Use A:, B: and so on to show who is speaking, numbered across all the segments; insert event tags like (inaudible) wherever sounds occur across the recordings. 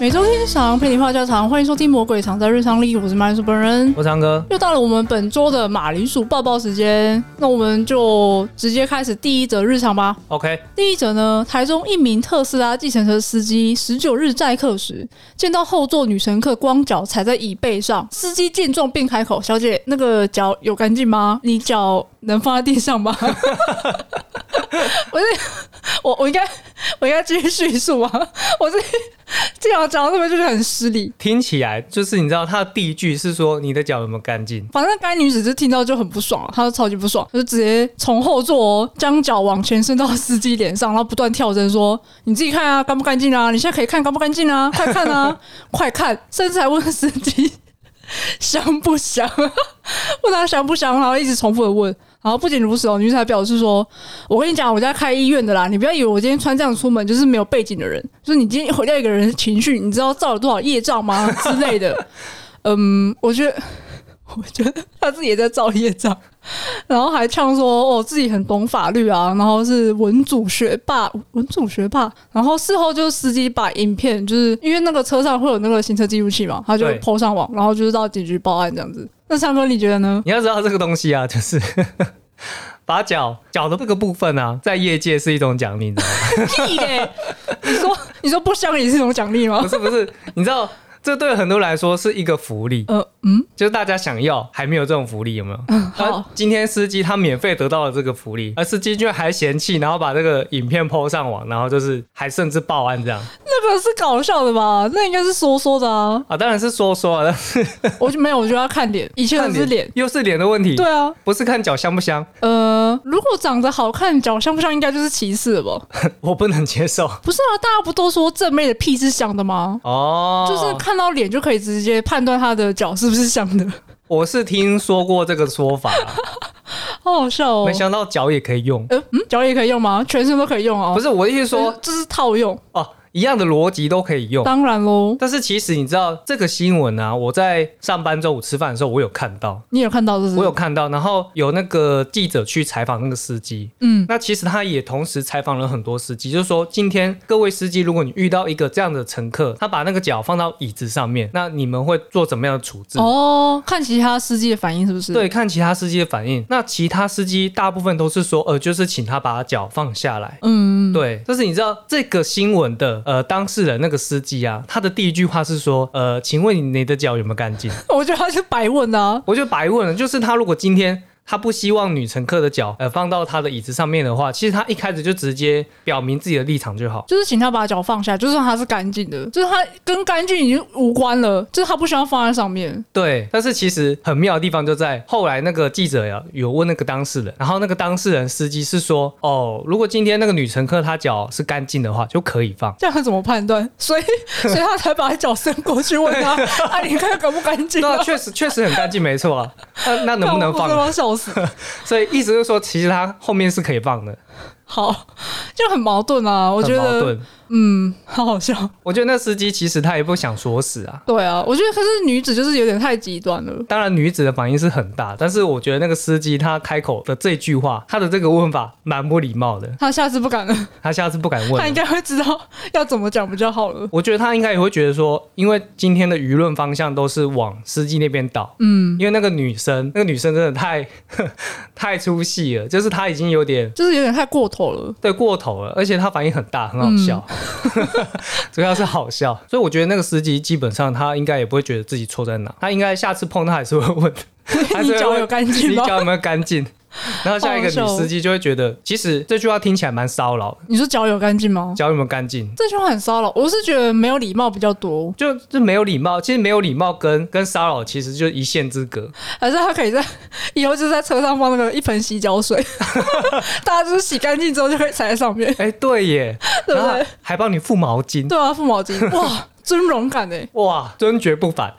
A: 每周天想陪你泡家常，欢迎收听《魔鬼藏在日常里》，我是马铃薯本人。
B: 我唱歌，
A: 又到了我们本周的马铃薯抱抱时间，那我们就直接开始第一则日常吧。
B: OK，
A: 第一则呢，台中一名特斯拉计程车司机十九日载客时，见到后座女乘客光脚踩在椅背上，司机见状便开口：“小姐，那个脚有干净吗？你脚能放在地上吗？” (laughs) 我是我我应该我应该继续叙述啊，我是这样讲到这边就是很失礼。
B: 听起来就是你知道他的第一句是说你的脚有没有干净？
A: 反正该女子就听到就很不爽，她就超级不爽，她就直接从后座哦将脚往前伸到司机脸上，然后不断跳针说：“你自己看啊，干不干净啊？你现在可以看干不干净啊？ (laughs) 快看啊，快看！”甚至还问司机 (laughs) 香不香， (laughs) 问他香不香，然后一直重复的问。然后不仅如此哦，女子还表示说：“我跟你讲，我家开医院的啦，你不要以为我今天穿这样出门就是没有背景的人，就是你今天毁掉一个人的情绪，你知道造了多少业障吗？之类的。”嗯，我觉得。我觉得他自己也在造业障，然后还唱说哦自己很懂法律啊，然后是文组学霸，文组学霸。然后事后就是司机把影片，就是因为那个车上会有那个行车记录器嘛，他就
B: 对
A: PO 上网，然后就是到警局报案这样子。那唱哥你觉得呢？
B: 你要知道这个东西啊，就是 (laughs) 把脚脚的这个部分啊，在业界是一种奖励，你知道吗？
A: 屁嘞！你说你说不香也是一种奖励吗
B: (laughs) 不？是不是，你知道这对很多人来说是一个福利，
A: 呃嗯，
B: 就是大家想要还没有这种福利，有没有？而
A: 好
B: 今天司机他免费得到了这个福利，而司机居然还嫌弃，然后把这个影片 PO 上网，然后就是还甚至报案这样
A: 那个是搞笑的吧？那应该是说说的啊。
B: 啊，当然是说说啊，但是
A: 我就没有，我觉得要看
B: (laughs)
A: 脸，一切都是脸。
B: 又是脸的嗯问题，
A: 对啊，
B: 不是看脚香不香，
A: 呃，如果长得好看，脚像不像，应该就是歧视了吧？
B: 我不能接受。
A: 不是啊，大家不都说正妹的屁是香的吗？
B: 哦，
A: 就是看到脸就可以直接判断她的脚是不是香的， (laughs)
B: 我是听说过这个说法，
A: 好好笑哦
B: 没。想到脚也可以用。
A: 呃，嗯，脚也可以用吗？全身都可以用哦。
B: 不是我的意思
A: 就是，
B: 说，
A: 这是套用，
B: 哦，一样的逻辑都可以用。
A: 当然喽，
B: 但是其实你知道这个新闻啊，我在上班中午吃饭的时候，我有看到，
A: 你有看到这是？
B: 我有看到，然后有那个记者去采访那个司机，
A: 嗯，
B: 那其实他也同时采访了很多司机，就是说今天各位司机，如果你遇到一个这样的乘客，他把那个脚放到椅子上面，那你们会做怎么样的处置？
A: 哦，看其他司机的反应是不是？，
B: 对，看其他司机的反应。那其他司机大部分都是说，呃，就是请他把脚放下来。
A: 嗯，
B: 对，但是你知道这个新闻的呃当事人那个司机啊，他的第一句话是说，呃，请问你你的脚有没有干净？
A: (laughs) 我觉得他是白问啊。
B: 我就白问了，就是他如果今天他不希望女乘客的脚呃放到他的椅子上面的话，其实他一开始就直接表明自己的立场就好。
A: 就是请他把脚放下，就算他是干净的，就是他跟干净已经无关了，就是他不需要放在上面。
B: 对，但是其实很妙的地方就在后来那个记者呀有问那个当事人，然后那个当事人司机是说，哦，如果今天那个女乘客她脚是干净的话，就可以
A: (laughs)
B: 放。
A: 这样他怎么判断？所
B: (laughs)
A: 以，所以他才把脚伸过去问他，啊，你看干不干净、啊
B: 那？确实确实很干净，没错啊。那那能不能
A: 看我真的
B: 放？
A: 要笑死！
B: 所以意思就是说，其实他后面是可以放的。
A: 好，就很矛盾啊，我
B: 很
A: 觉
B: 矛
A: 得，
B: 盾。
A: 嗯，好好笑。
B: 我觉得那司机其实他也不想锁死啊。
A: 对啊，我觉得可是女子就是有点太极端了。
B: 当然，女子的反应是很大，但是我觉得那个司机他开口的这句话，他的这个问法蛮不礼貌的，
A: 她下次不敢了，
B: 他下次不敢
A: 她应
B: 问。
A: 该会知道要怎么讲比较好了。
B: 我觉得他应该也会觉得说，因为今天的舆论方向都是往司机那边倒，
A: 嗯，
B: 因为那个女生，那个女生真的太太出戏了，就是她已经有点
A: 就是有点太过头了。
B: 对过头了，而且她反应很大，很好笑，
A: 嗯
B: (laughs) 主要是好笑，所以我觉得那个司机基本上他应该也不会觉得自己错在哪，他应该下次碰他还是会
A: (laughs)
B: 问，还
A: 你
B: 是会
A: 脚
B: 问
A: 有干净
B: 你
A: 吗？
B: 脚有没有干净？然后下一个女司机就会觉得，其实这句话听起来蛮骚扰的，
A: 你说脚有干净吗？
B: 脚有没有干净？
A: 这句话很骚扰，我是觉得没有礼貌比较多，
B: 就就没有礼貌，其实没有礼貌跟跟骚扰其实就一线之隔。
A: 还是他可以在 (laughs) 以后就在车上放那个一盆洗脚水， (laughs) 大家就是洗干净之后就可以踩在上面，
B: 哎、对耶，
A: (laughs) 对不
B: 然后
A: 对？
B: 还帮你附毛巾，
A: 对啊，副毛巾，哇，尊荣感哎、
B: 哇，尊爵不凡。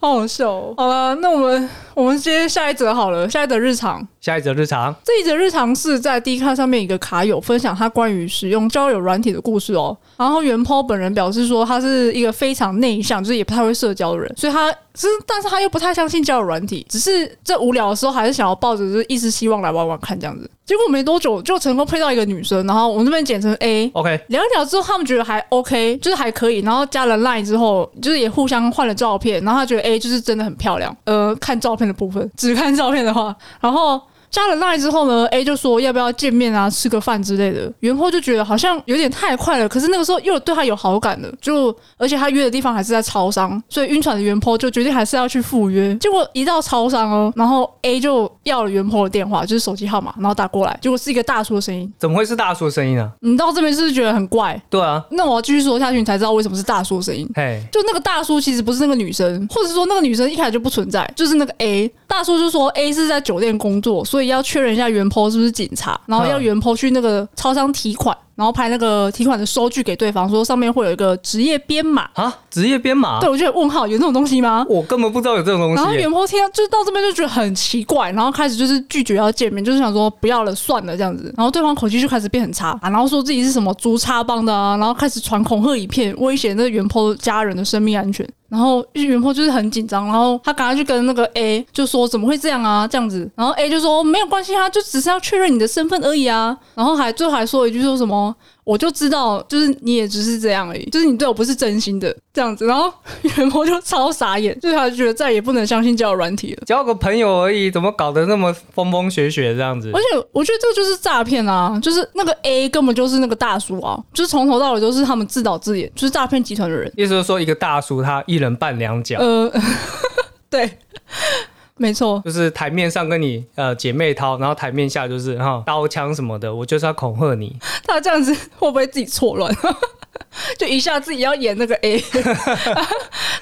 A: 好好笑、哦。好了，那我们我们接下一则好了，下一则日常。
B: 下一则日常，
A: 这一则日常是在 D 卡上面一个卡友分享他关于使用交友软体的故事哦。然后袁抛本人表示说，他是一个非常内向，就是也不太会社交的人，所以他只是但是他又不太相信交友软体，只是这无聊的时候还是想要抱着就是一丝希望来玩玩看这样子。结果没多久就成功配到一个女生，然后我们这边简称 A。
B: OK，
A: 聊一聊之后，他们觉得还 OK，就是还可以。然后加了 Line 之后，就是也互相换了照片。然后他觉得 A 就是真的很漂亮。呃，看照片的部分，只看照片的话，然后。加了 Line 之后呢，A 就说要不要见面啊，吃个饭之类的。元后就觉得好像有点太快了，可是那个时候又对他有好感了，就而且他约的地方还是在超商，所以晕船的元坡就决定还是要去赴约。结果一到超商哦，然后 A 就要了元坡的电话，就是手机号码，然后打过来，结果是一个大叔的声音。
B: 怎么会是大叔的声音呢、
A: 你到这边是不是觉得很怪？
B: 对啊，
A: 那我要继续说下去，你才知道为什么是大叔的声音。
B: 嘿，
A: 就那个大叔其实不是那个女生，或者说那个女生一开始就不存在，就是那个 A 大叔就说 A 是在酒店工作，所以要确认一下原 PO 是不是警察，然后要原 PO 去那个超商提款，然后拍那个提款的收据给对方，说上面会有一个职业编码。
B: 啊，职业编码
A: 对，，我觉得问号有这种东西吗？
B: 我根本不知道有这种东
A: 然后
B: 西耶
A: 元。坡听到就是到这边就觉得很奇怪，然后开始就是拒绝要见面，就是想说不要了算了这样子。然后对方口气就开始变很差、啊，然后说自己是什么竹叉帮的啊，然后开始传恐吓一片，威胁那元坡家人的生命安全。然后元坡就是很紧张，然后他赶快去跟那个 A 就说怎么会这样啊这样子，然后 A 就说没有关系啊，就只是要确认你的身份而已啊，然后还最后还说一句说什么我就知道，就是你也只是这样而已，就是你对我不是真心的这样子。然后元坡就超傻眼，就是他就觉得再也不能相信交友软体了。
B: 交个朋友而已，怎么搞得那么风风雪雪这样子
A: 而？且我觉得这个就是诈骗啊，就是那个 A 根本就是那个大叔啊，就是从头到尾都是他们自导自演，就是诈骗集团的人。
B: 意思就是说，一个大叔他一人扮两角，
A: 呃， (laughs) 对，没错，
B: 就是台面上跟你呃姐妹掏，然后台面下就是哈刀枪什么的，我就是要恐吓你。
A: 他这样子会不会自己错乱？ (laughs) 就一下自己要演那个 A，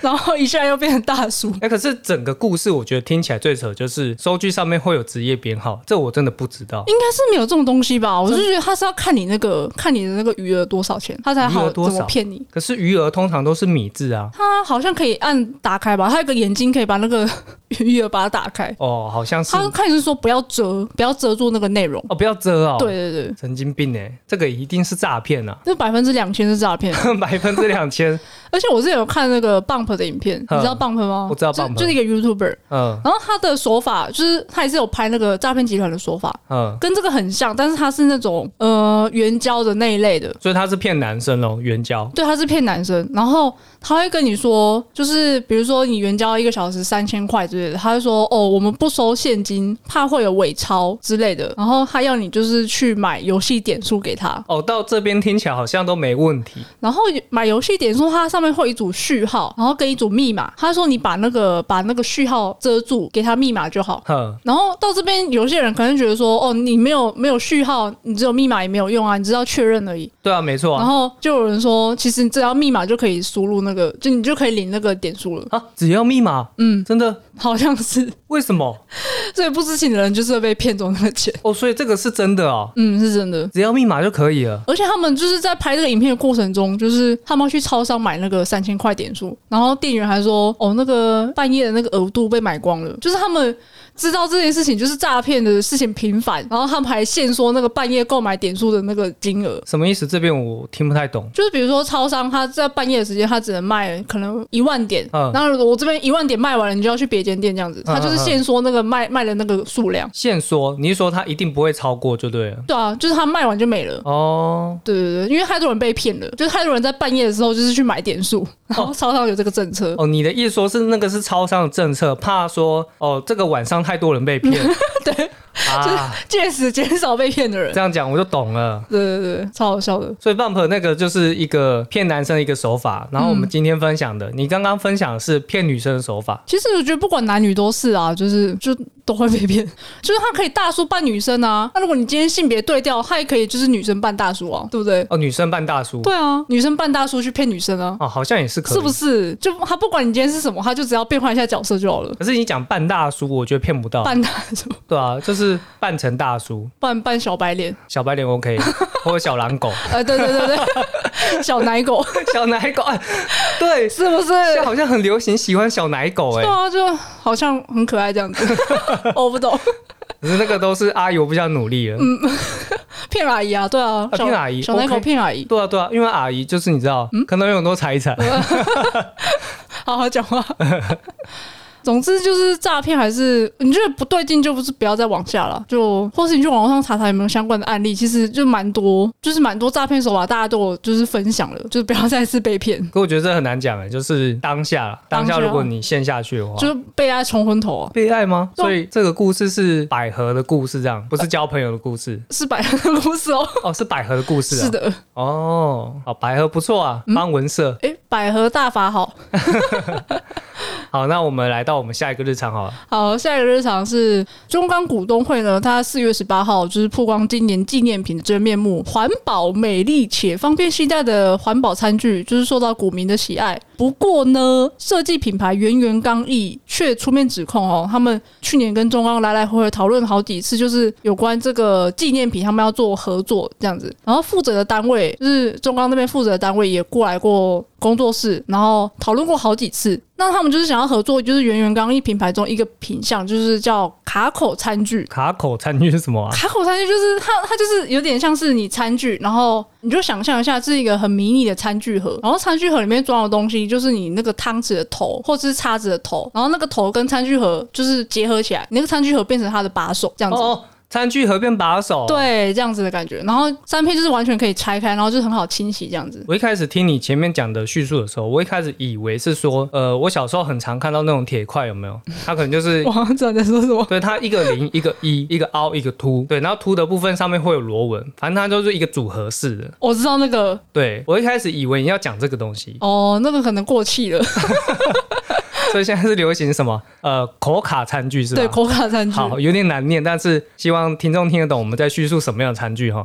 A: 然后一下又变成大叔。
B: 哎、可是整个故事我觉得听起来最扯就是收据上面会有职业编号，这我真的不知道。
A: 应该是没有这种东西吧？我就觉得他是要看你那个看你的那个余额多少钱，他才
B: 余
A: 好
B: 额
A: 怎
B: 多少
A: 么骗你。
B: 可是余额通常都是米字啊。
A: 他好像可以按打开吧，他有个眼睛可以把那个 (laughs) 余额把它打开。
B: 哦，好像是
A: 他开始说不要遮，不要遮住那个内容。
B: 哦，不要遮哦。
A: 对，对对，
B: 神经病哎，这个一定是诈骗啊， (laughs)
A: 这百分之两千是诈骗。
B: 百分之两千。
A: 而且我之前有看那个 Bump 的影片，你知道 Bump 吗？
B: 嗯我知道
A: 就
B: Bump
A: 就是一个 YouTuber，
B: 嗯
A: 然后他的手法就是他也是有拍那个诈骗集团的手法，
B: 嗯，
A: 跟这个很像，但是他是那种呃援交的那一类的，
B: 所以他是骗男生喽，援交。
A: 对，他是骗男生，然后他会跟你说，就是比如说你援交一个小时三千块之类的，他就说哦，我们不收现金，怕会有伪钞之类的，然后他要你就是去买游戏点数给他，
B: 哦，到这边听起来好像都没问题。
A: 然后买游戏点数它上面会有一组序号，然后跟一组密码，他说你把那个把那个序号遮住，给他密码就好。
B: 哼，
A: 然后到这边，有些人可能觉得说，哦，你没有没有序号，你只有密码也没有用啊，你只要确认而已。
B: 对啊，没错
A: 然
B: 啊。
A: 后就有人说，其实你只要密码就可以输入那个，就你就可以领那个点数了，
B: 啊，只要密码，嗯，真的？
A: (laughs) 好像是。
B: 为什么？
A: 所以不知情的人就是会被骗走那个钱， (laughs)
B: 哦，所以这个是真的哦，
A: 嗯，是真的。
B: 只要密码就可以了。
A: 而且他们就是在拍这个影片的过程中，就是他们要去超商买那个三千块点数，然后店员还说：“哦，那个半夜的那个额度被买光了。”就是他们知道这件事情，就是诈骗的事情频繁，然后他们还限缩那个半夜购买点数的那个金额。
B: 什么意思？这边我听不太懂。
A: 就是比如说，超商他在半夜的时间，他只能卖可能一万点，
B: 嗯
A: 然后如果我这边一万点卖完了，你就要去别间店这样子，他就是限缩那个卖卖的那个数量。
B: 现说，你是说他一定不会超过就对了。
A: 对啊，就是他卖完就没了。
B: 哦，
A: 对对对，因为太多人被骗了，就是太多人在半夜的时候就是去买点数，然后超商有这个政 (laughs) 策，
B: 哦哦，你的意思说是那个是超商的政策，怕说哦这个晚上太多人被骗。
A: (laughs) 对
B: 啊，
A: 借此减少被骗的人。
B: 这样讲我就懂了。
A: 对对对，超好笑的。
B: 所以 bump 那个就是一个骗男生的一个手法，然后我们今天分享的，你刚刚分享的是骗女生的手法，
A: 其实我觉得不管男女都是啊，就是就都会被骗，就是他可以大叔扮女生啊，那如果你今天性别对调，他也可以就是女生扮大叔啊，对不对？
B: 哦，女生扮大叔，
A: 对啊，女生扮大叔去骗女生啊，
B: 哦，好像也是可以，
A: 是不？是？就他不管你今天是什么，他就只要变换一下角色就好了。
B: 可是你讲扮大叔，我觉得骗不到，
A: 扮大叔，
B: 对啊，就是扮成大叔，
A: 扮扮小白脸，
B: 小白
A: (laughs)
B: 脸 OK，或者小狼狗、
A: 呃，对对对对， (laughs)
B: (laughs)
A: 小奶狗
B: 小奶狗，哎， (laughs) 对，
A: 是不是？
B: 现在好像很流行喜欢小奶狗、
A: 对
B: 哎，
A: 啊，就好像很可爱这样子，
B: (laughs)
A: 哦我不懂，
B: 可是那个都是阿姨，我比较努力了，
A: 嗯骗阿姨啊，对啊，
B: 啊
A: 小
B: 骗阿姨
A: 小奶狗
B: OK
A: 骗阿姨，
B: 对啊对啊，因为阿
A: 嗯
B: 姨就是你知道，可能有很多财产，
A: 好好讲话。 (laughs) 总之就是诈骗，还是你觉得不对劲，就不是不要再往下了，就或是你去网络上查查有没有相关的案例，其实就蛮多，就是蛮多诈骗手法，大家都有就是分享了，就是不要再次被骗，
B: 可我觉得这很难讲哎，就是当下啦当下
A: 当下
B: 如果你陷下去的话，
A: 就是被爱冲昏头啊，
B: 被爱吗？
A: 对啊
B: 所以这个故事是百合的故事，这样不是交朋友的故事
A: 是百合的故事哦。
B: 哦，是百合的故事、啊。
A: 是，的，嗯
B: 哦，好，百合不错啊，方文社。
A: 诶，百合大法好。
B: 好，那我们来到我们下一个日常好了。
A: 好，下一个日常是中钢股东会呢，它四月十八号就是曝光今年纪念品的真面目，环保、美丽且方便携带的环保餐具，就是受到股民的喜爱。不过呢，设计品牌圆圆刚毅却出面指控哦，他们去年跟中钢来来回回讨论好几次，就是有关这个纪念品，他们要做合作这样子。然后负责的单位就是中钢那边负责的单位也过来过工作室，然后讨论过好几次。那他们就是想要合作，就是圆圆刚毅品牌中一个品项，就是叫卡口餐具。
B: 卡口餐具是什么啊？
A: 卡口餐具就是它，它就是有点像是你餐具，然后你就想象一下，是一个很迷你的餐具盒，然后餐具盒里面装的东西就是你那个汤匙的头或者是叉子的头，然后那个头跟餐具盒就是结合起来，你那个餐具盒变成它的把手这样子。
B: 哦，餐具合并把手。，
A: 对，这样子的感觉。然后三片就是完全可以拆开，然后就是很好清洗这样子。
B: 我一开始听你前面讲的叙述的时候，我一开始以为是说，呃，我小时候很常看到那种铁块，有没有？它可能就是
A: 我好像知道你在说什么。 (laughs)
B: 对，它一个零，一个一，一个凹，一个凸，对，然后凸的部分上面会有螺纹，反正它就是一个组合式的。
A: 我知道那个
B: 对我一开始以为你要讲这个东西，
A: 哦，那个可能过气了，
B: 所以现在是流行什么？呃，口卡餐具是吧？
A: 对，口卡餐具。
B: 好，有点难念，但是希望听众听得懂我们在叙述什么样的餐具哈。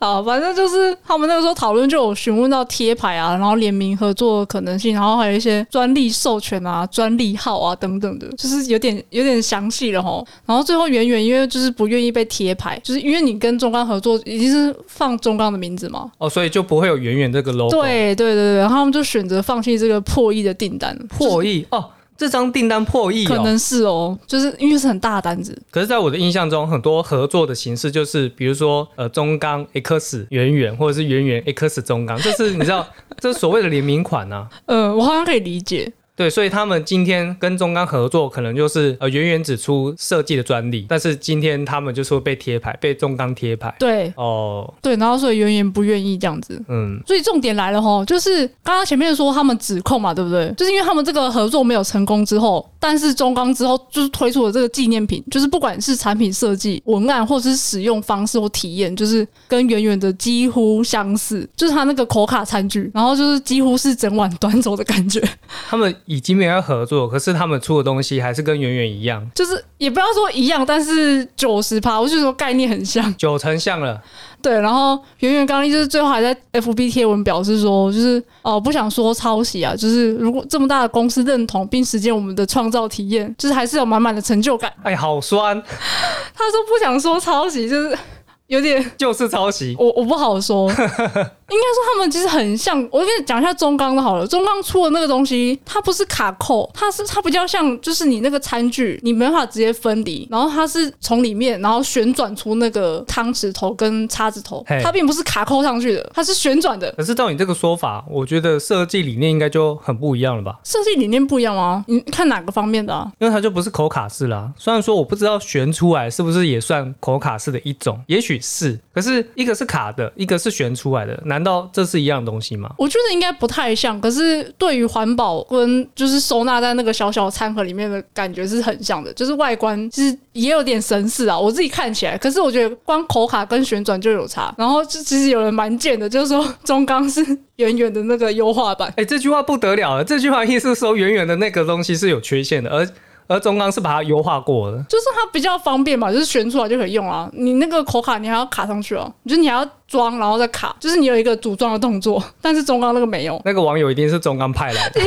A: 好，反正就是他们那个时候讨论就有询问到贴牌啊，然后联名合作的可能性，然后还有一些专利授权啊、专利号啊等等的，就是有点有点详细了吼。然后最后圆圆因为就是不愿意被贴牌，就是因为你跟中钢合作已经是放中钢的名字嘛，
B: 哦，所以就不会有圆圆这个 logo。，
A: 对对对对，然后他们就选择放弃这个破亿的订单，
B: 破亿哦，这张订单破亿
A: 可
B: 哦。
A: 能是哦，就是因为是很大的单子，
B: 可是，在我的印象中，很多合作的形式就是，比如说，呃，中钢 X 圆圆，或者是圆圆 X 中钢，这是你知道， (laughs) 这是所谓的联名款啊。
A: 呃，我好像可以理解，
B: 对，所以他们今天跟中钢合作，可能就是呃远远指出设计的专利，但是今天他们就是会被贴牌，被中钢贴牌。
A: 对
B: 哦，
A: 对，然后所以圆圆不愿意这样子。
B: 嗯，
A: 所以重点来了吼，就是刚刚前面说他们指控嘛，对不对？就是因为他们这个合作没有成功之后，但是中钢之后就是推出了这个纪念品，就是不管是产品设计、文案或者是使用方式或体验，就是跟圆圆的几乎相似，就是它那个口卡餐具，然后就是几乎是整碗 (laughs) 端走的感觉，
B: 他们已经没有要合作，可是他们出的东西还是跟圆圆一样，
A: 就是也不要说一样，但是九十趴，我就说概念很像。
B: 九成像了。
A: 对，然后圆圆刚一就是最后还在 FB 贴文表示说，就是哦、不想说抄袭啊，就是如果这么大的公司认同并实践我们的创造体验，就是还是有满满的成就感。
B: 哎，好酸， (laughs)
A: 他说不想说抄袭，就是有点
B: 就是抄袭。
A: 我我不好说，应该说他们其实很像。我跟你讲一下中钢的好了，中钢出的那个东西，它不是卡扣，它是它比较像就是你那个餐具，你没办法直接分离，然后它是从里面然后旋转出那个汤匙头跟叉子头
B: 嘿，
A: 它并不是卡扣上去的，它是旋转的。
B: 可是照你这个说法，我觉得设计理念应该就很不一样了吧？
A: 设计理念不一样吗？你看哪个方面的啊？
B: 因为它就不是口卡式啦。虽然说我不知道旋出来是不是也算口卡式的一种，也许是，可是一个是卡的，一个是旋出来的，难道这是一样的东西吗？
A: 我觉得应该不太像，可是对于环保跟就是收纳在那个小小餐盒里面的感觉是很像的，就是外观其实也有点神似啊。我自己看起来，可是我觉得光口卡跟旋转就有差。然后就其实有人蛮贱的，就是说中钢是远远的那个优化版，
B: 哎、这句话不得了了！这句话意思是说，圆圆的那个东西是有缺陷的，而而中钢是把它优化过的。
A: 就是它比较方便嘛，就是旋出来就可以用啊。你那个口卡你还要卡上去哦、就是你还要装然后再卡，就是你有一个组装的动作， (laughs) 但是中钢那个没有。啊
B: 那个网友一定是中钢派来的，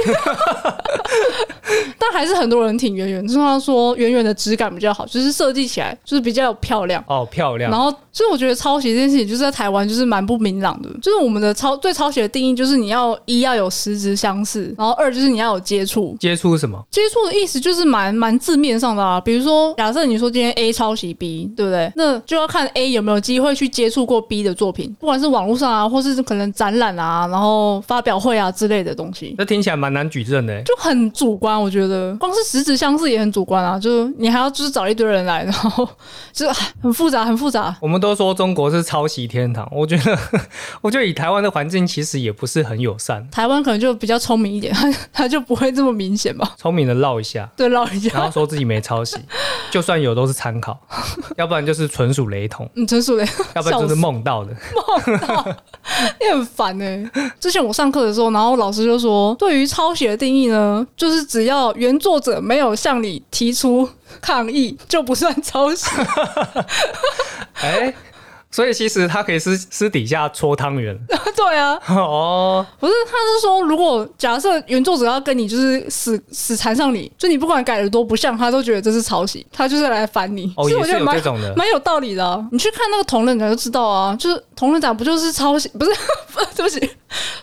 A: 但还是很多人挺圆圆，就是他说圆圆的质感比较好，就是设计起来就是比较漂亮。
B: 哦，漂亮
A: 然！后，所以我觉得抄袭这件事情就是在台湾就是蛮不明朗的，就是我们的抄对抄袭的定义就是你要一要有实质相似，然后二就是你要有接触。
B: 接触什么？
A: 接触的意思就是蛮蛮字面上的啊，比如说，假设你说今天 A 抄袭 B，对不对？那就要看 A 有没有机会去接触过 B 的作作品，不管是网络上啊，或是可能展览啊，然后发表会啊之类的东西。
B: 这听起来蛮难举证的欸。
A: 就很主观，我觉得光是十指相似也很主观啊，就是你还要就是找一堆人来，然后就是啊很复杂，很复杂。
B: 我们都说中国是抄袭天堂，我觉得， (laughs) 我觉得以台湾的环境其实也不是很友善。
A: 台湾可能就比较聪明一点， (laughs) 他他就不会这么明显吧？
B: 聪明的绕一下，
A: 对，绕一
B: 然 (laughs)
A: 下，
B: 后说自己没抄袭，就算有都是参考，要不然就是纯属雷同，
A: 嗯，陈淑蕾，
B: 要不然就是梦到的。
A: 你很烦哎、之前我上课的时候，然后老师就说，对于抄袭的定义呢，就是只要原作者没有向你提出抗议，就不算抄袭。 (laughs)
B: 哎、所以其实他可以私私底下搓汤圆 (laughs)
A: 对啊，
B: 哦，
A: 不是，他是说，如果假设原作者要跟你就是死死缠上你，就你不管改的多不像，他都觉得这是抄袭，他就是来烦你。
B: 哦
A: 所以我
B: 也
A: 觉
B: 是
A: 得
B: 有
A: 蛮
B: 这种的
A: 蛮有道理的啊、你去看那个同人展就知道啊，就是同人展不就是抄袭？不是， (laughs) 不是对不起，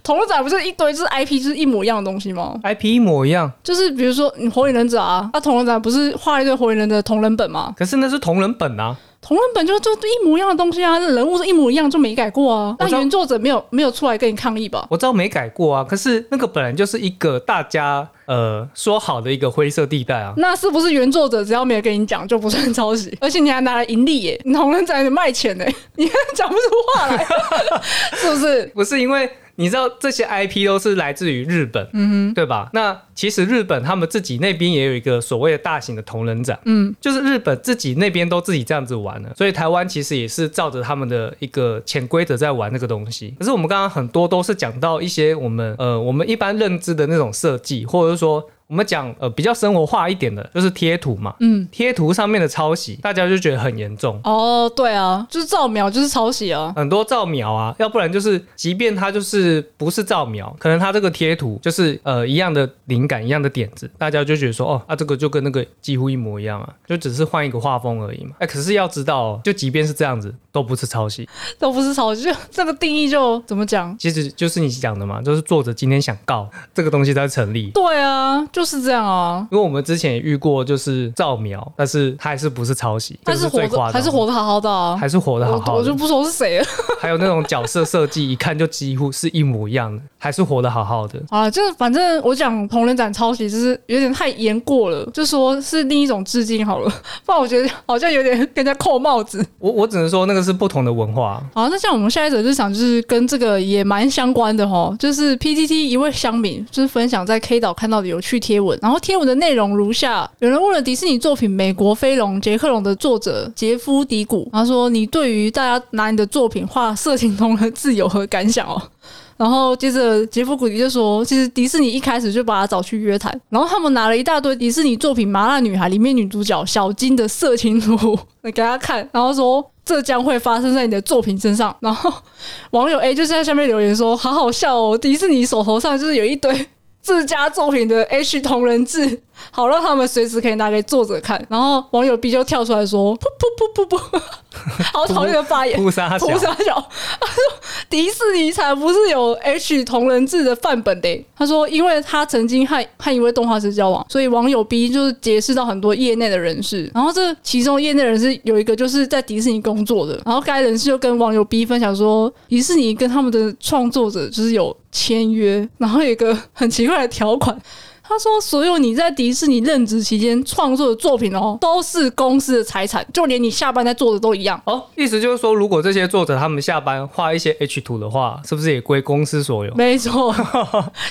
A: 同人展不是一堆就是 IP 就是一模一样的东西吗？
B: ，IP 一模一样，
A: 就是比如说你火影忍者啊，那、同人展不是画一堆火影忍者的同人本吗？
B: 可是那是同人本啊，
A: 同人本就就一模一样的东西啊，人物是一模一样，就没改过啊。
B: 我
A: 那
B: 知道
A: 原作者没有没有出来跟你抗议吧？
B: 我知道没改过啊，可是那个本来就是一个大家呃说好的一个灰色地带啊。
A: 那是不是原作者只要没有跟你讲就不算抄
B: (laughs)
A: 袭？而且你还拿来盈利耶，你同人展卖钱呢， (laughs) 你还讲不出话来， (laughs) 是不是？
B: 不是因为你知道这些 IP 都是来自于日本，嗯，对吧？那其实日本他们自己那边也有一个所谓的大型的同人展，嗯，就是日本自己那边都自己这样子玩了，所以台湾其实也是照着他们的一个潜规则在玩那个东西。可是我们刚刚很多都是讲到一些我们呃我们一般认知的那种设计，或者是说。我们讲呃比较生活化一点的，就是贴图嘛，嗯，贴图上面的抄袭，大家就觉得很严重，
A: 哦，对啊，就是造苗就是抄袭啊。
B: 很多造苗啊，要不然就是，即便它就是不是造苗，可能它这个贴图就是呃一样的灵感、一样的点子，大家就觉得说，哦，啊这个就跟那个几乎一模一样啊，就只是换一个画风而已嘛。哎、可是要知道、哦，就即便是这样子，都不是抄袭，
A: 都不是抄袭，就这个定义就怎么讲？
B: 其实就是你讲的嘛，就是作者今天想告这个东西才成立。
A: 对啊，就是这样啊。
B: 因为我们之前也遇过，就是造苗，但是他还是不是抄袭，
A: 他
B: 这
A: 是
B: 个
A: 活
B: 最夸
A: 着，
B: 张
A: 还是活得好好的啊。
B: 还是活得好
A: 我
B: 好
A: 我就
B: 的，
A: 不说是谁了。 (laughs)
B: 还有那种角色设计，一看就几乎是一模一样的，还是活得好好的。
A: 啊，就是反正我讲同人展抄袭，就是有点太言过了，就说是另一种致敬好了， (laughs) 不然我觉得好像有点跟人家扣帽子。
B: 我我只能说那个是不同的文化，
A: 好，那像我们下一则日常就是跟这个也蛮相关的哈，就是 PTT 一位乡民就是分享在 K 岛看到的有趣贴文，然后贴文的内容如下：有人问了迪士尼作品《美国飞龙》《杰克龙》的作者杰夫·迪古，他说：“你对于大家拿你的作品画色情同人字有何感想哦？”然后接着杰夫·古迪就说，其实迪士尼一开始就把他找去约谈，然后他们拿了一大堆迪士尼作品《麻辣女孩》里面女主角小金的色情图 (laughs) 来给他看，然后说这将会发生在你的作品身上。然后网友 A 就在下面留言说，好好笑哦，迪士尼手头上就是有一堆。自家作品的 H 同人志，好让他们随时可以拿给作者看。然后网友 B 就跳出来说：“噗噗噗噗噗，好讨厌的发言，
B: 不杀小
A: 屠杀小， (laughs) 他说迪士尼才不是有 H 同人志的范本的欸、他说，因为他曾经和和一位动画师交往，所以网友 B 就是结识到很多业内的人士。然后这其中业内人士有一个就是在迪士尼工作的，然后该人士就跟网友 B 分享说，迪士尼跟他们的创作者就是有签约，然后有一个很奇怪的条款，他说：“所有你在迪士尼任职期间创作的作品哦，都是公司的财产，就连你下班在做的都一样。
B: 哦，意思就是说，如果这些作者他们下班画一些 H 图的话，是不是也归公司所有？
A: 没错，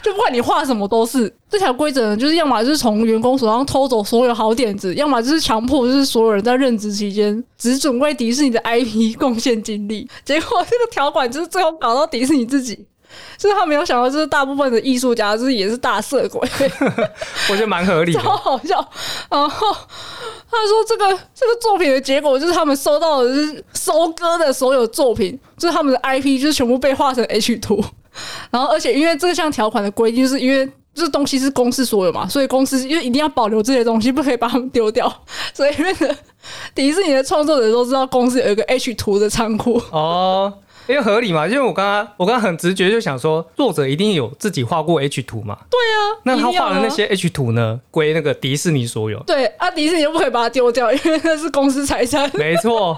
A: 就不管你画什么都是这条规则呢，就是要么就是从员工手上偷走所有好点子，要么就是强迫就是所有人在任职期间只准为迪士尼的 IP 贡献精力。结果这个条款就是最后搞到迪士尼自己。就是他没有想到，就是大部分的艺术家就是也是大色鬼，
B: 我觉得蛮合理的。
A: (laughs) 超好笑。然后他说，这个这个作品的结果就是他们收到的是收割的所有作品，就是他们的 IP 就是全部被画成 H 图。然后，而且因为这项条款的规定，就是因为这东西是公司所有嘛，所以公司因为一定要保留这些东西，不可以把它们丢掉。 (laughs) 所以，因为呢迪士尼的创作者都知道公司有一个 H 图的仓库。。
B: 哦，因为合理嘛，因为我刚刚我刚刚很直觉就想说，作者一定有自己画过 H 图嘛。对啊，那他画的那些 H 图呢，归那个迪士尼所有
A: (laughs) 对啊，迪士尼又不可以把它丢掉，因为那是公司财产。 (laughs)
B: 没错，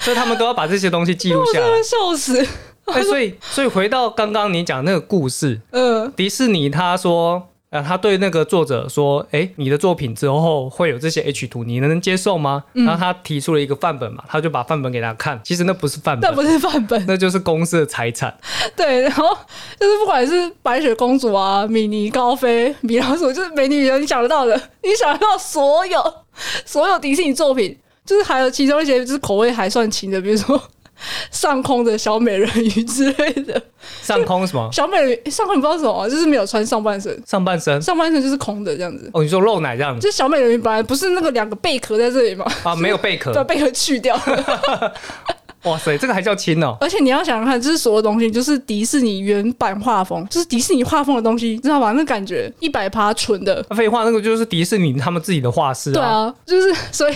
B: 所以他们都要把这些东西记录
A: 我
B: 下
A: 真
B: 来
A: 的。笑死！
B: 哎，所以所以回到刚刚你讲那个故事，
A: 呃，
B: 迪士尼他说，呃，他对那个作者说，哎、你的作品之后会有这些 H 图，你能接受吗？
A: 嗯
B: 然后他提出了一个范本嘛，他就把范本给他看，其实那不是范
A: 那
B: 本。
A: 不是范本，
B: 那就是公司的财产，
A: (laughs) 对，然后就是不管是白雪公主啊、米妮、高飞、米老鼠，就是美女与野你想得到的，你想得到所有所有迪士尼作品，就是还有其中一些就是口味还算轻的，比如说 (laughs) 上空的小美人鱼之类的。
B: 上空什么
A: 小美人鱼上空你不知道是什么啊，就是没有穿上半身，
B: 上半身？
A: 上半身就是空的这样子。
B: 哦，你说露奶这样子
A: 就是小美人鱼本来不是那个两个贝壳在这里吗？
B: 啊？没有贝
A: 把
B: 壳，
A: 贝壳去掉，
B: 哇塞，这个还叫亲哦！
A: 而且你要想想看，就是所有东西就是迪士尼原版画风，就是迪士尼画风的东西，知道吧？那感觉一百趴纯的，
B: 啊废话，那个就是迪士尼他们自己的画室
A: 对啊，就是 (laughs) 所以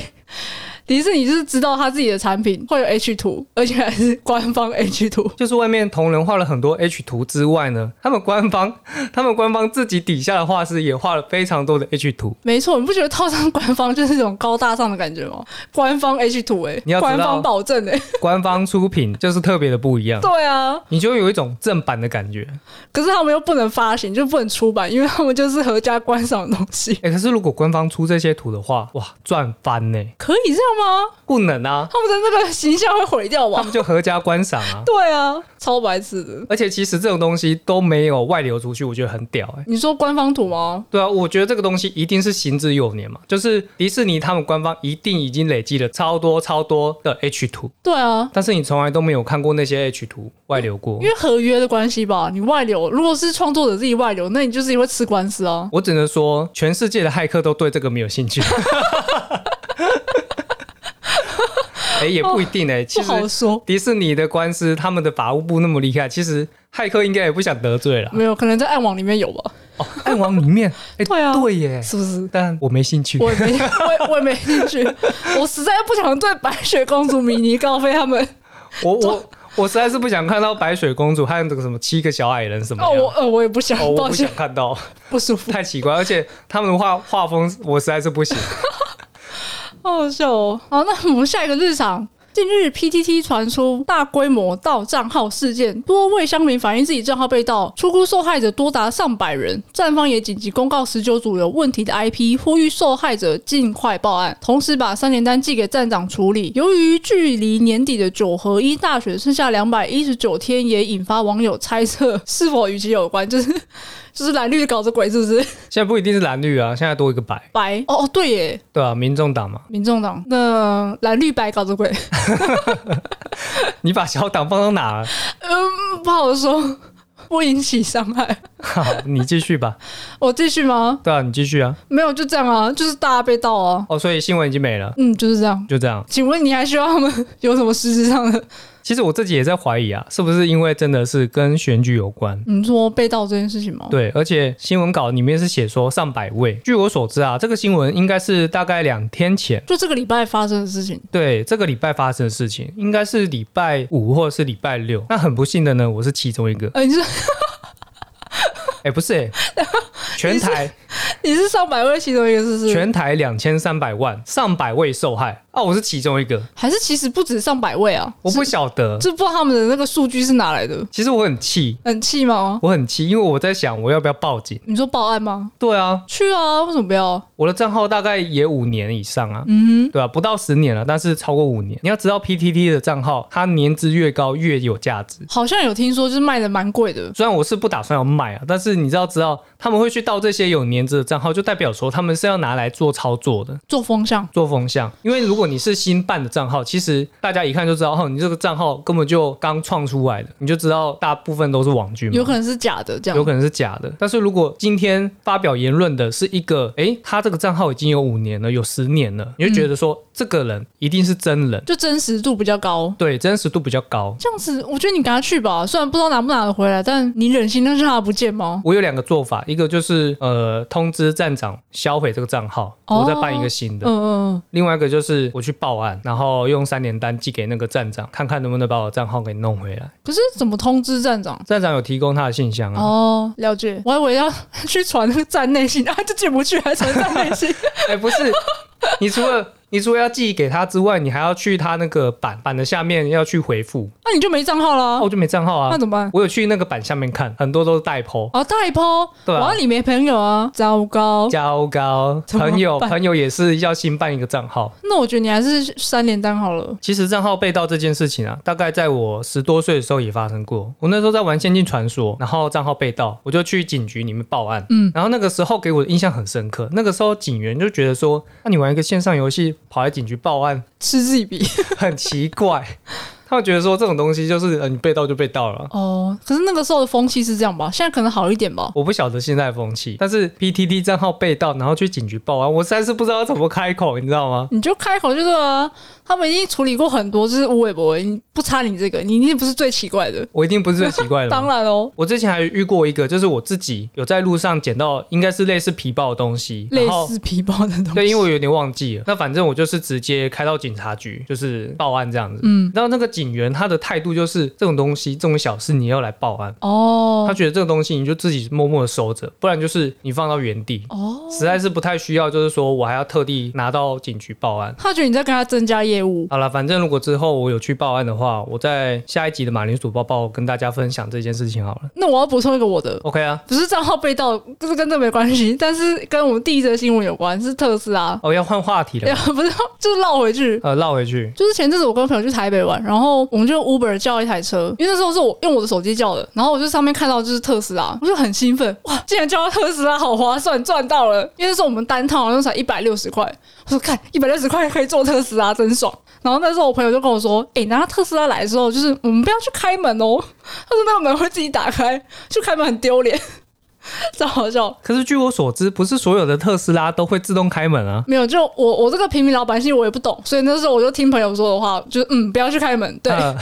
A: 迪士尼就是知道他自己的产品会有 H 图，而且还是官方 H 图。
B: 就是外面同人画了很多 H 图之外呢，他们官方他们官方自己底下的画师也画了非常多的 H 图。
A: 没错，你不觉得套上官方就是一种高大上的感觉吗？官方 H 图哎、
B: 你要知道嗯
A: 官方保证哎、
B: 官方出品就是特别的不一样，
A: 对啊，
B: 你就有一种正版的感觉。
A: 可是他们又不能发行，就不能出版，因为他们就是合家观赏的东西。
B: 哎、可是如果官方出这些图的话，哇，赚翻呢！
A: 可以这样吗？
B: 不能啊，
A: 他们的那个形象会毁掉
B: 他
A: 吧？。
B: (laughs) 们就合家观赏啊
A: 对啊，超白痴的。
B: 而且其实这种东西都没有外流出去，我觉得很屌哎、
A: 你说官方图吗？
B: 对啊，我觉得这个东西一定是行之有年嘛，就是迪士尼他们官方一定已经累积了超多超多的 H 图，
A: 对啊，
B: 但是你从来都没有看过那些 H 图外流过
A: 因。为合约的关系吧，你外流，如果是创作者自己外流，那你就是因为吃官司啊。
B: 我只能说，全世界的骇客都对这个没有兴趣。 (laughs) 哎、也不一定哎、
A: 不
B: 其实
A: 好说，
B: 迪士尼的官司，他们的法务部那么厉害，其实骇客应该也不想得罪了。
A: 没有，可能在暗网里面有吧，
B: 哦，暗网里
A: (laughs)
B: 面，哎、
A: 对啊
B: 对耶，
A: 是不是？
B: 但我没兴趣。
A: (laughs) 我也没，我也我也没兴趣，我实在不想对白雪公主、米 (laughs) 妮、高飞他们，
B: 我我我实在是不想看到白雪公主和这个什么七个小矮人什么
A: 哦，
B: 样
A: 我呃，我也不想
B: 哦，我
A: 抱
B: 不
A: 歉
B: 想，看到， (laughs)
A: 不舒服，
B: 太奇怪，而且他们的画画风我实在是不行。
A: 好好笑哦。好，那我们下一个日常。近日，PTT 传出大规模盗账号事件，多位乡民反映自己账号被盗，出估受害者多达上百人。站方也紧急公告十九组有问题的 IP，呼吁受害者尽快报案，同时把三联单寄给站长处理。由于距离年底的九合一大选剩下两百一十九天，也引发网友猜测是否与其有关，就是就是蓝绿搞着鬼是不是？
B: 现在不一定是蓝绿啊，现在多一个白，
A: 白哦哦对耶，
B: 对啊，民众党嘛，
A: 民众党那蓝绿白搞着鬼。
B: 你把小党放到哪啊了？
A: 嗯，不好说，不引起伤害。
B: (laughs)
A: (laughs)
B: 好，你继续吧。
A: 我继续吗？
B: 对啊，你继续啊。
A: 没有，就这样啊，就是大家被盗啊。
B: 哦，所以新闻已经没了，
A: 嗯，就是这样。
B: 就这样。
A: 请问你还需要他们有什么实质上的？ (laughs)
B: 其实我自己也在怀疑啊，是不是因为真的是跟选举有关？
A: 你说被盗这件事情吗？
B: 对，而且新闻稿里面是写说上百位。据我所知啊，这个新闻应该是大概两天前，
A: 就这个礼拜发生的事 (laughs) 情。
B: 对，这个礼拜发生的事情，应该是礼拜五或者是礼拜六。那很不幸的呢，我是其中
A: (laughs)
B: 一个。
A: 呃，你是
B: 哎，不是、哎，
A: (laughs)
B: 全台
A: 你是上百位其中一个，是不是？
B: 全台两千三百万上百位受害啊，我是其中一个，
A: 还是其实不止上百位啊？
B: 我不晓得。
A: 这不知道他们的那个数据是哪来的，
B: 其实我很气，
A: 很气吗？
B: 我很气，因为我在想我要不要报警。
A: 你说报案吗？
B: 对啊，
A: 去啊，为什么不要？
B: 我的账号大概也五年以上啊，嗯，对啊，不到十年了，但是超过五年。你要知道，PTT 的账号它年资越高越有价值。
A: 好像有听说，就是卖的蛮贵的。
B: 虽然我是不打算要卖啊，但是你知道，知道他们会去盗这些有年资的账号，就代表说他们是要拿来做操作的。
A: 做风向，
B: 做风向，因为如果你是新办的账号，其实大家一看就知道，哦，你这个账号根本就刚创出来的，你就知道大部分都是网军嘛，
A: 有可能是假的，这样
B: 有可能是假的。但是如果今天发表言论的是一个，诶，他这个账号已经有五年了，有十年了，你就觉得说、
A: 嗯
B: 这个人一定是真人，
A: 就真实度比较高。
B: 对，真实度比较高。
A: 这样子，我觉得你赶快去吧。虽然不知道拿不拿得回来，但你忍心让他不见吗？
B: 我有两个做法，一个就是呃通知站长销毁这个账号，
A: 哦
B: 我再办一个新的；
A: 嗯嗯，
B: 另外一个就是我去报案，然后用三联单寄给那个站长，看看能不能把我账号给弄回来。
A: 可是怎么通知站长？
B: 站长有提供他的信箱啊。
A: 哦，了解。我还以为要 (laughs)
B: (laughs)
A: 去传那个站内信啊，就进不去，还传站内信。
B: 哎、不是，你除了 (laughs) 你除了要寄给他之外，你还要去他那个板板的下面要去回复。
A: 那、你就没账号啦
B: 啊，我，就没账号
A: 那
B: 啊。
A: 怎么办？
B: 我有去那个板下面看，很多都是代抛。
A: 哦，代抛，
B: 对啊
A: 然后你没朋友啊，糟糕。
B: 糟糕，
A: 怎么
B: 朋友
A: 办
B: 朋友也是要新办一个账号。
A: 那我觉得你还是三连单好了。
B: 其实账号被盗这件事情啊，大概在我十多岁的时候也发生过。我那时候在玩《仙境传说》，然后账号被盗，我就去警局里面报案。嗯，然后那个时候给我的印象很深刻。那个时候警员就觉得说，那、你玩一个线上游戏跑来警局报案，
A: 嗤之以
B: (laughs)
A: 鼻
B: 很奇怪。 (laughs) 他们觉得说这种东西就是、呃、你被盗就被盗了。
A: 哦，可是那个时候的风气是这样吧？现在可能好一点吧。
B: 我不晓得现在的风气，但是 PTT 账号被盗，然后去警局报案，我实在是不知道怎么开口，你知道吗？
A: 你就开口就是啊，他们已经处理过很多，就是无尾博，你不差你这个，你一定不是最奇怪的。
B: 我一定不是最奇怪的嘛。
A: 当然哦，
B: 我之前还遇过一个，就是我自己有在路上捡到，应该是类似皮包的东西，
A: 类
B: 然后
A: 似皮包的东西。
B: 对，因为我有点忘记了。那反正我就是直接开到警察局，就是报案这样子。
A: 嗯，
B: 然后那个警员他的态度就是，这种东西这种小事你要来报案，他
A: 哦
B: 觉得这个东西你就自己默默的收着，不然就是你放到原地，
A: 哦，
B: 实在是不太需要，就是说我还要特地拿到警局报案。
A: 他觉得你在跟他增加业务。
B: 好了，反正如果之后我有去报案的话，我在下一集的马铃薯抱抱跟大家分享这件事情好了。
A: 那我要补充一个我的，
B: OK 啊，
A: 不是账号被盗，这是跟这没关系，但是跟我们第一则新闻有关，是特斯拉。
B: 哦，要换话题
A: 哎
B: 了
A: 呀，，不是，就是绕回去。
B: 呃，绕回去。
A: 就是前阵子我跟朋友去台北玩，然后我们就 Uber 叫一台车，因为那时候是我用我的手机叫的，然后我就上面看到就是特斯拉，我就很兴奋，哇，竟然叫到特斯拉，好划算，赚到了！因为那时候我们单趟好像才一百六十块，我说看一百六十块可以坐特斯拉，真爽。然后那时候我朋友就跟我说，诶、拿特斯拉来的时候，就是我们不要去开门哦，他说那个门会自己打开，去开门很丢脸， (laughs) 超好笑。
B: 可是据我所知，不是所有的特斯拉都会自动开门啊。
A: 没有，就我我这个平民老百姓我也不懂，所以那时候我就听朋友说的话，就是嗯，不要去开门，对。
B: 呃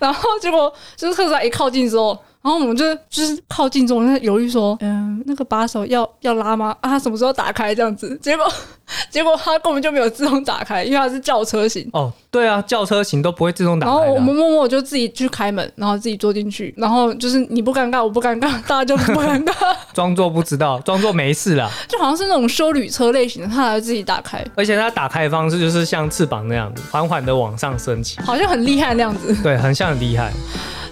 A: 然后结果就是特斯拉一靠近之后，然后我们就就是靠近之后，我们在犹豫说，嗯，那个把手要要拉吗？啊，它什么时候打开这样子？结果 (laughs) 结果它根本就没有自动打开，因为它是轿车型。
B: 哦，对啊，轿车型都不会自动打
A: 然
B: 开
A: 后
B: 的
A: 哦
B: 啊、
A: 我们默默就自己去开门，然后自己坐进去，然后就是你不尴尬，我不尴尬，大家就不尴尬， (laughs)
B: 装作不知道，装作没事啦。
A: 就好像是那种修旅车类型的，它还会自己打开，
B: 而且它打开的方式就是像翅膀那样子，缓缓的往上升起。
A: 好像很厉害那样子。
B: 对，很像很厉害。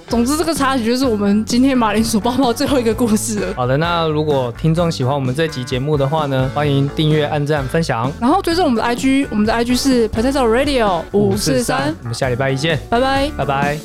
A: 总之，这个插曲就是我们今天马铃薯包包最后一个故事了。
B: 好的，那如果听众喜欢我们这集节目的话呢，欢迎订阅、按赞、分享。
A: 然后追踪我们的 IG，我们的 IG 是 Potato Radio 五四三，
B: 我们下礼拜一见，
A: 拜拜。
B: 拜拜。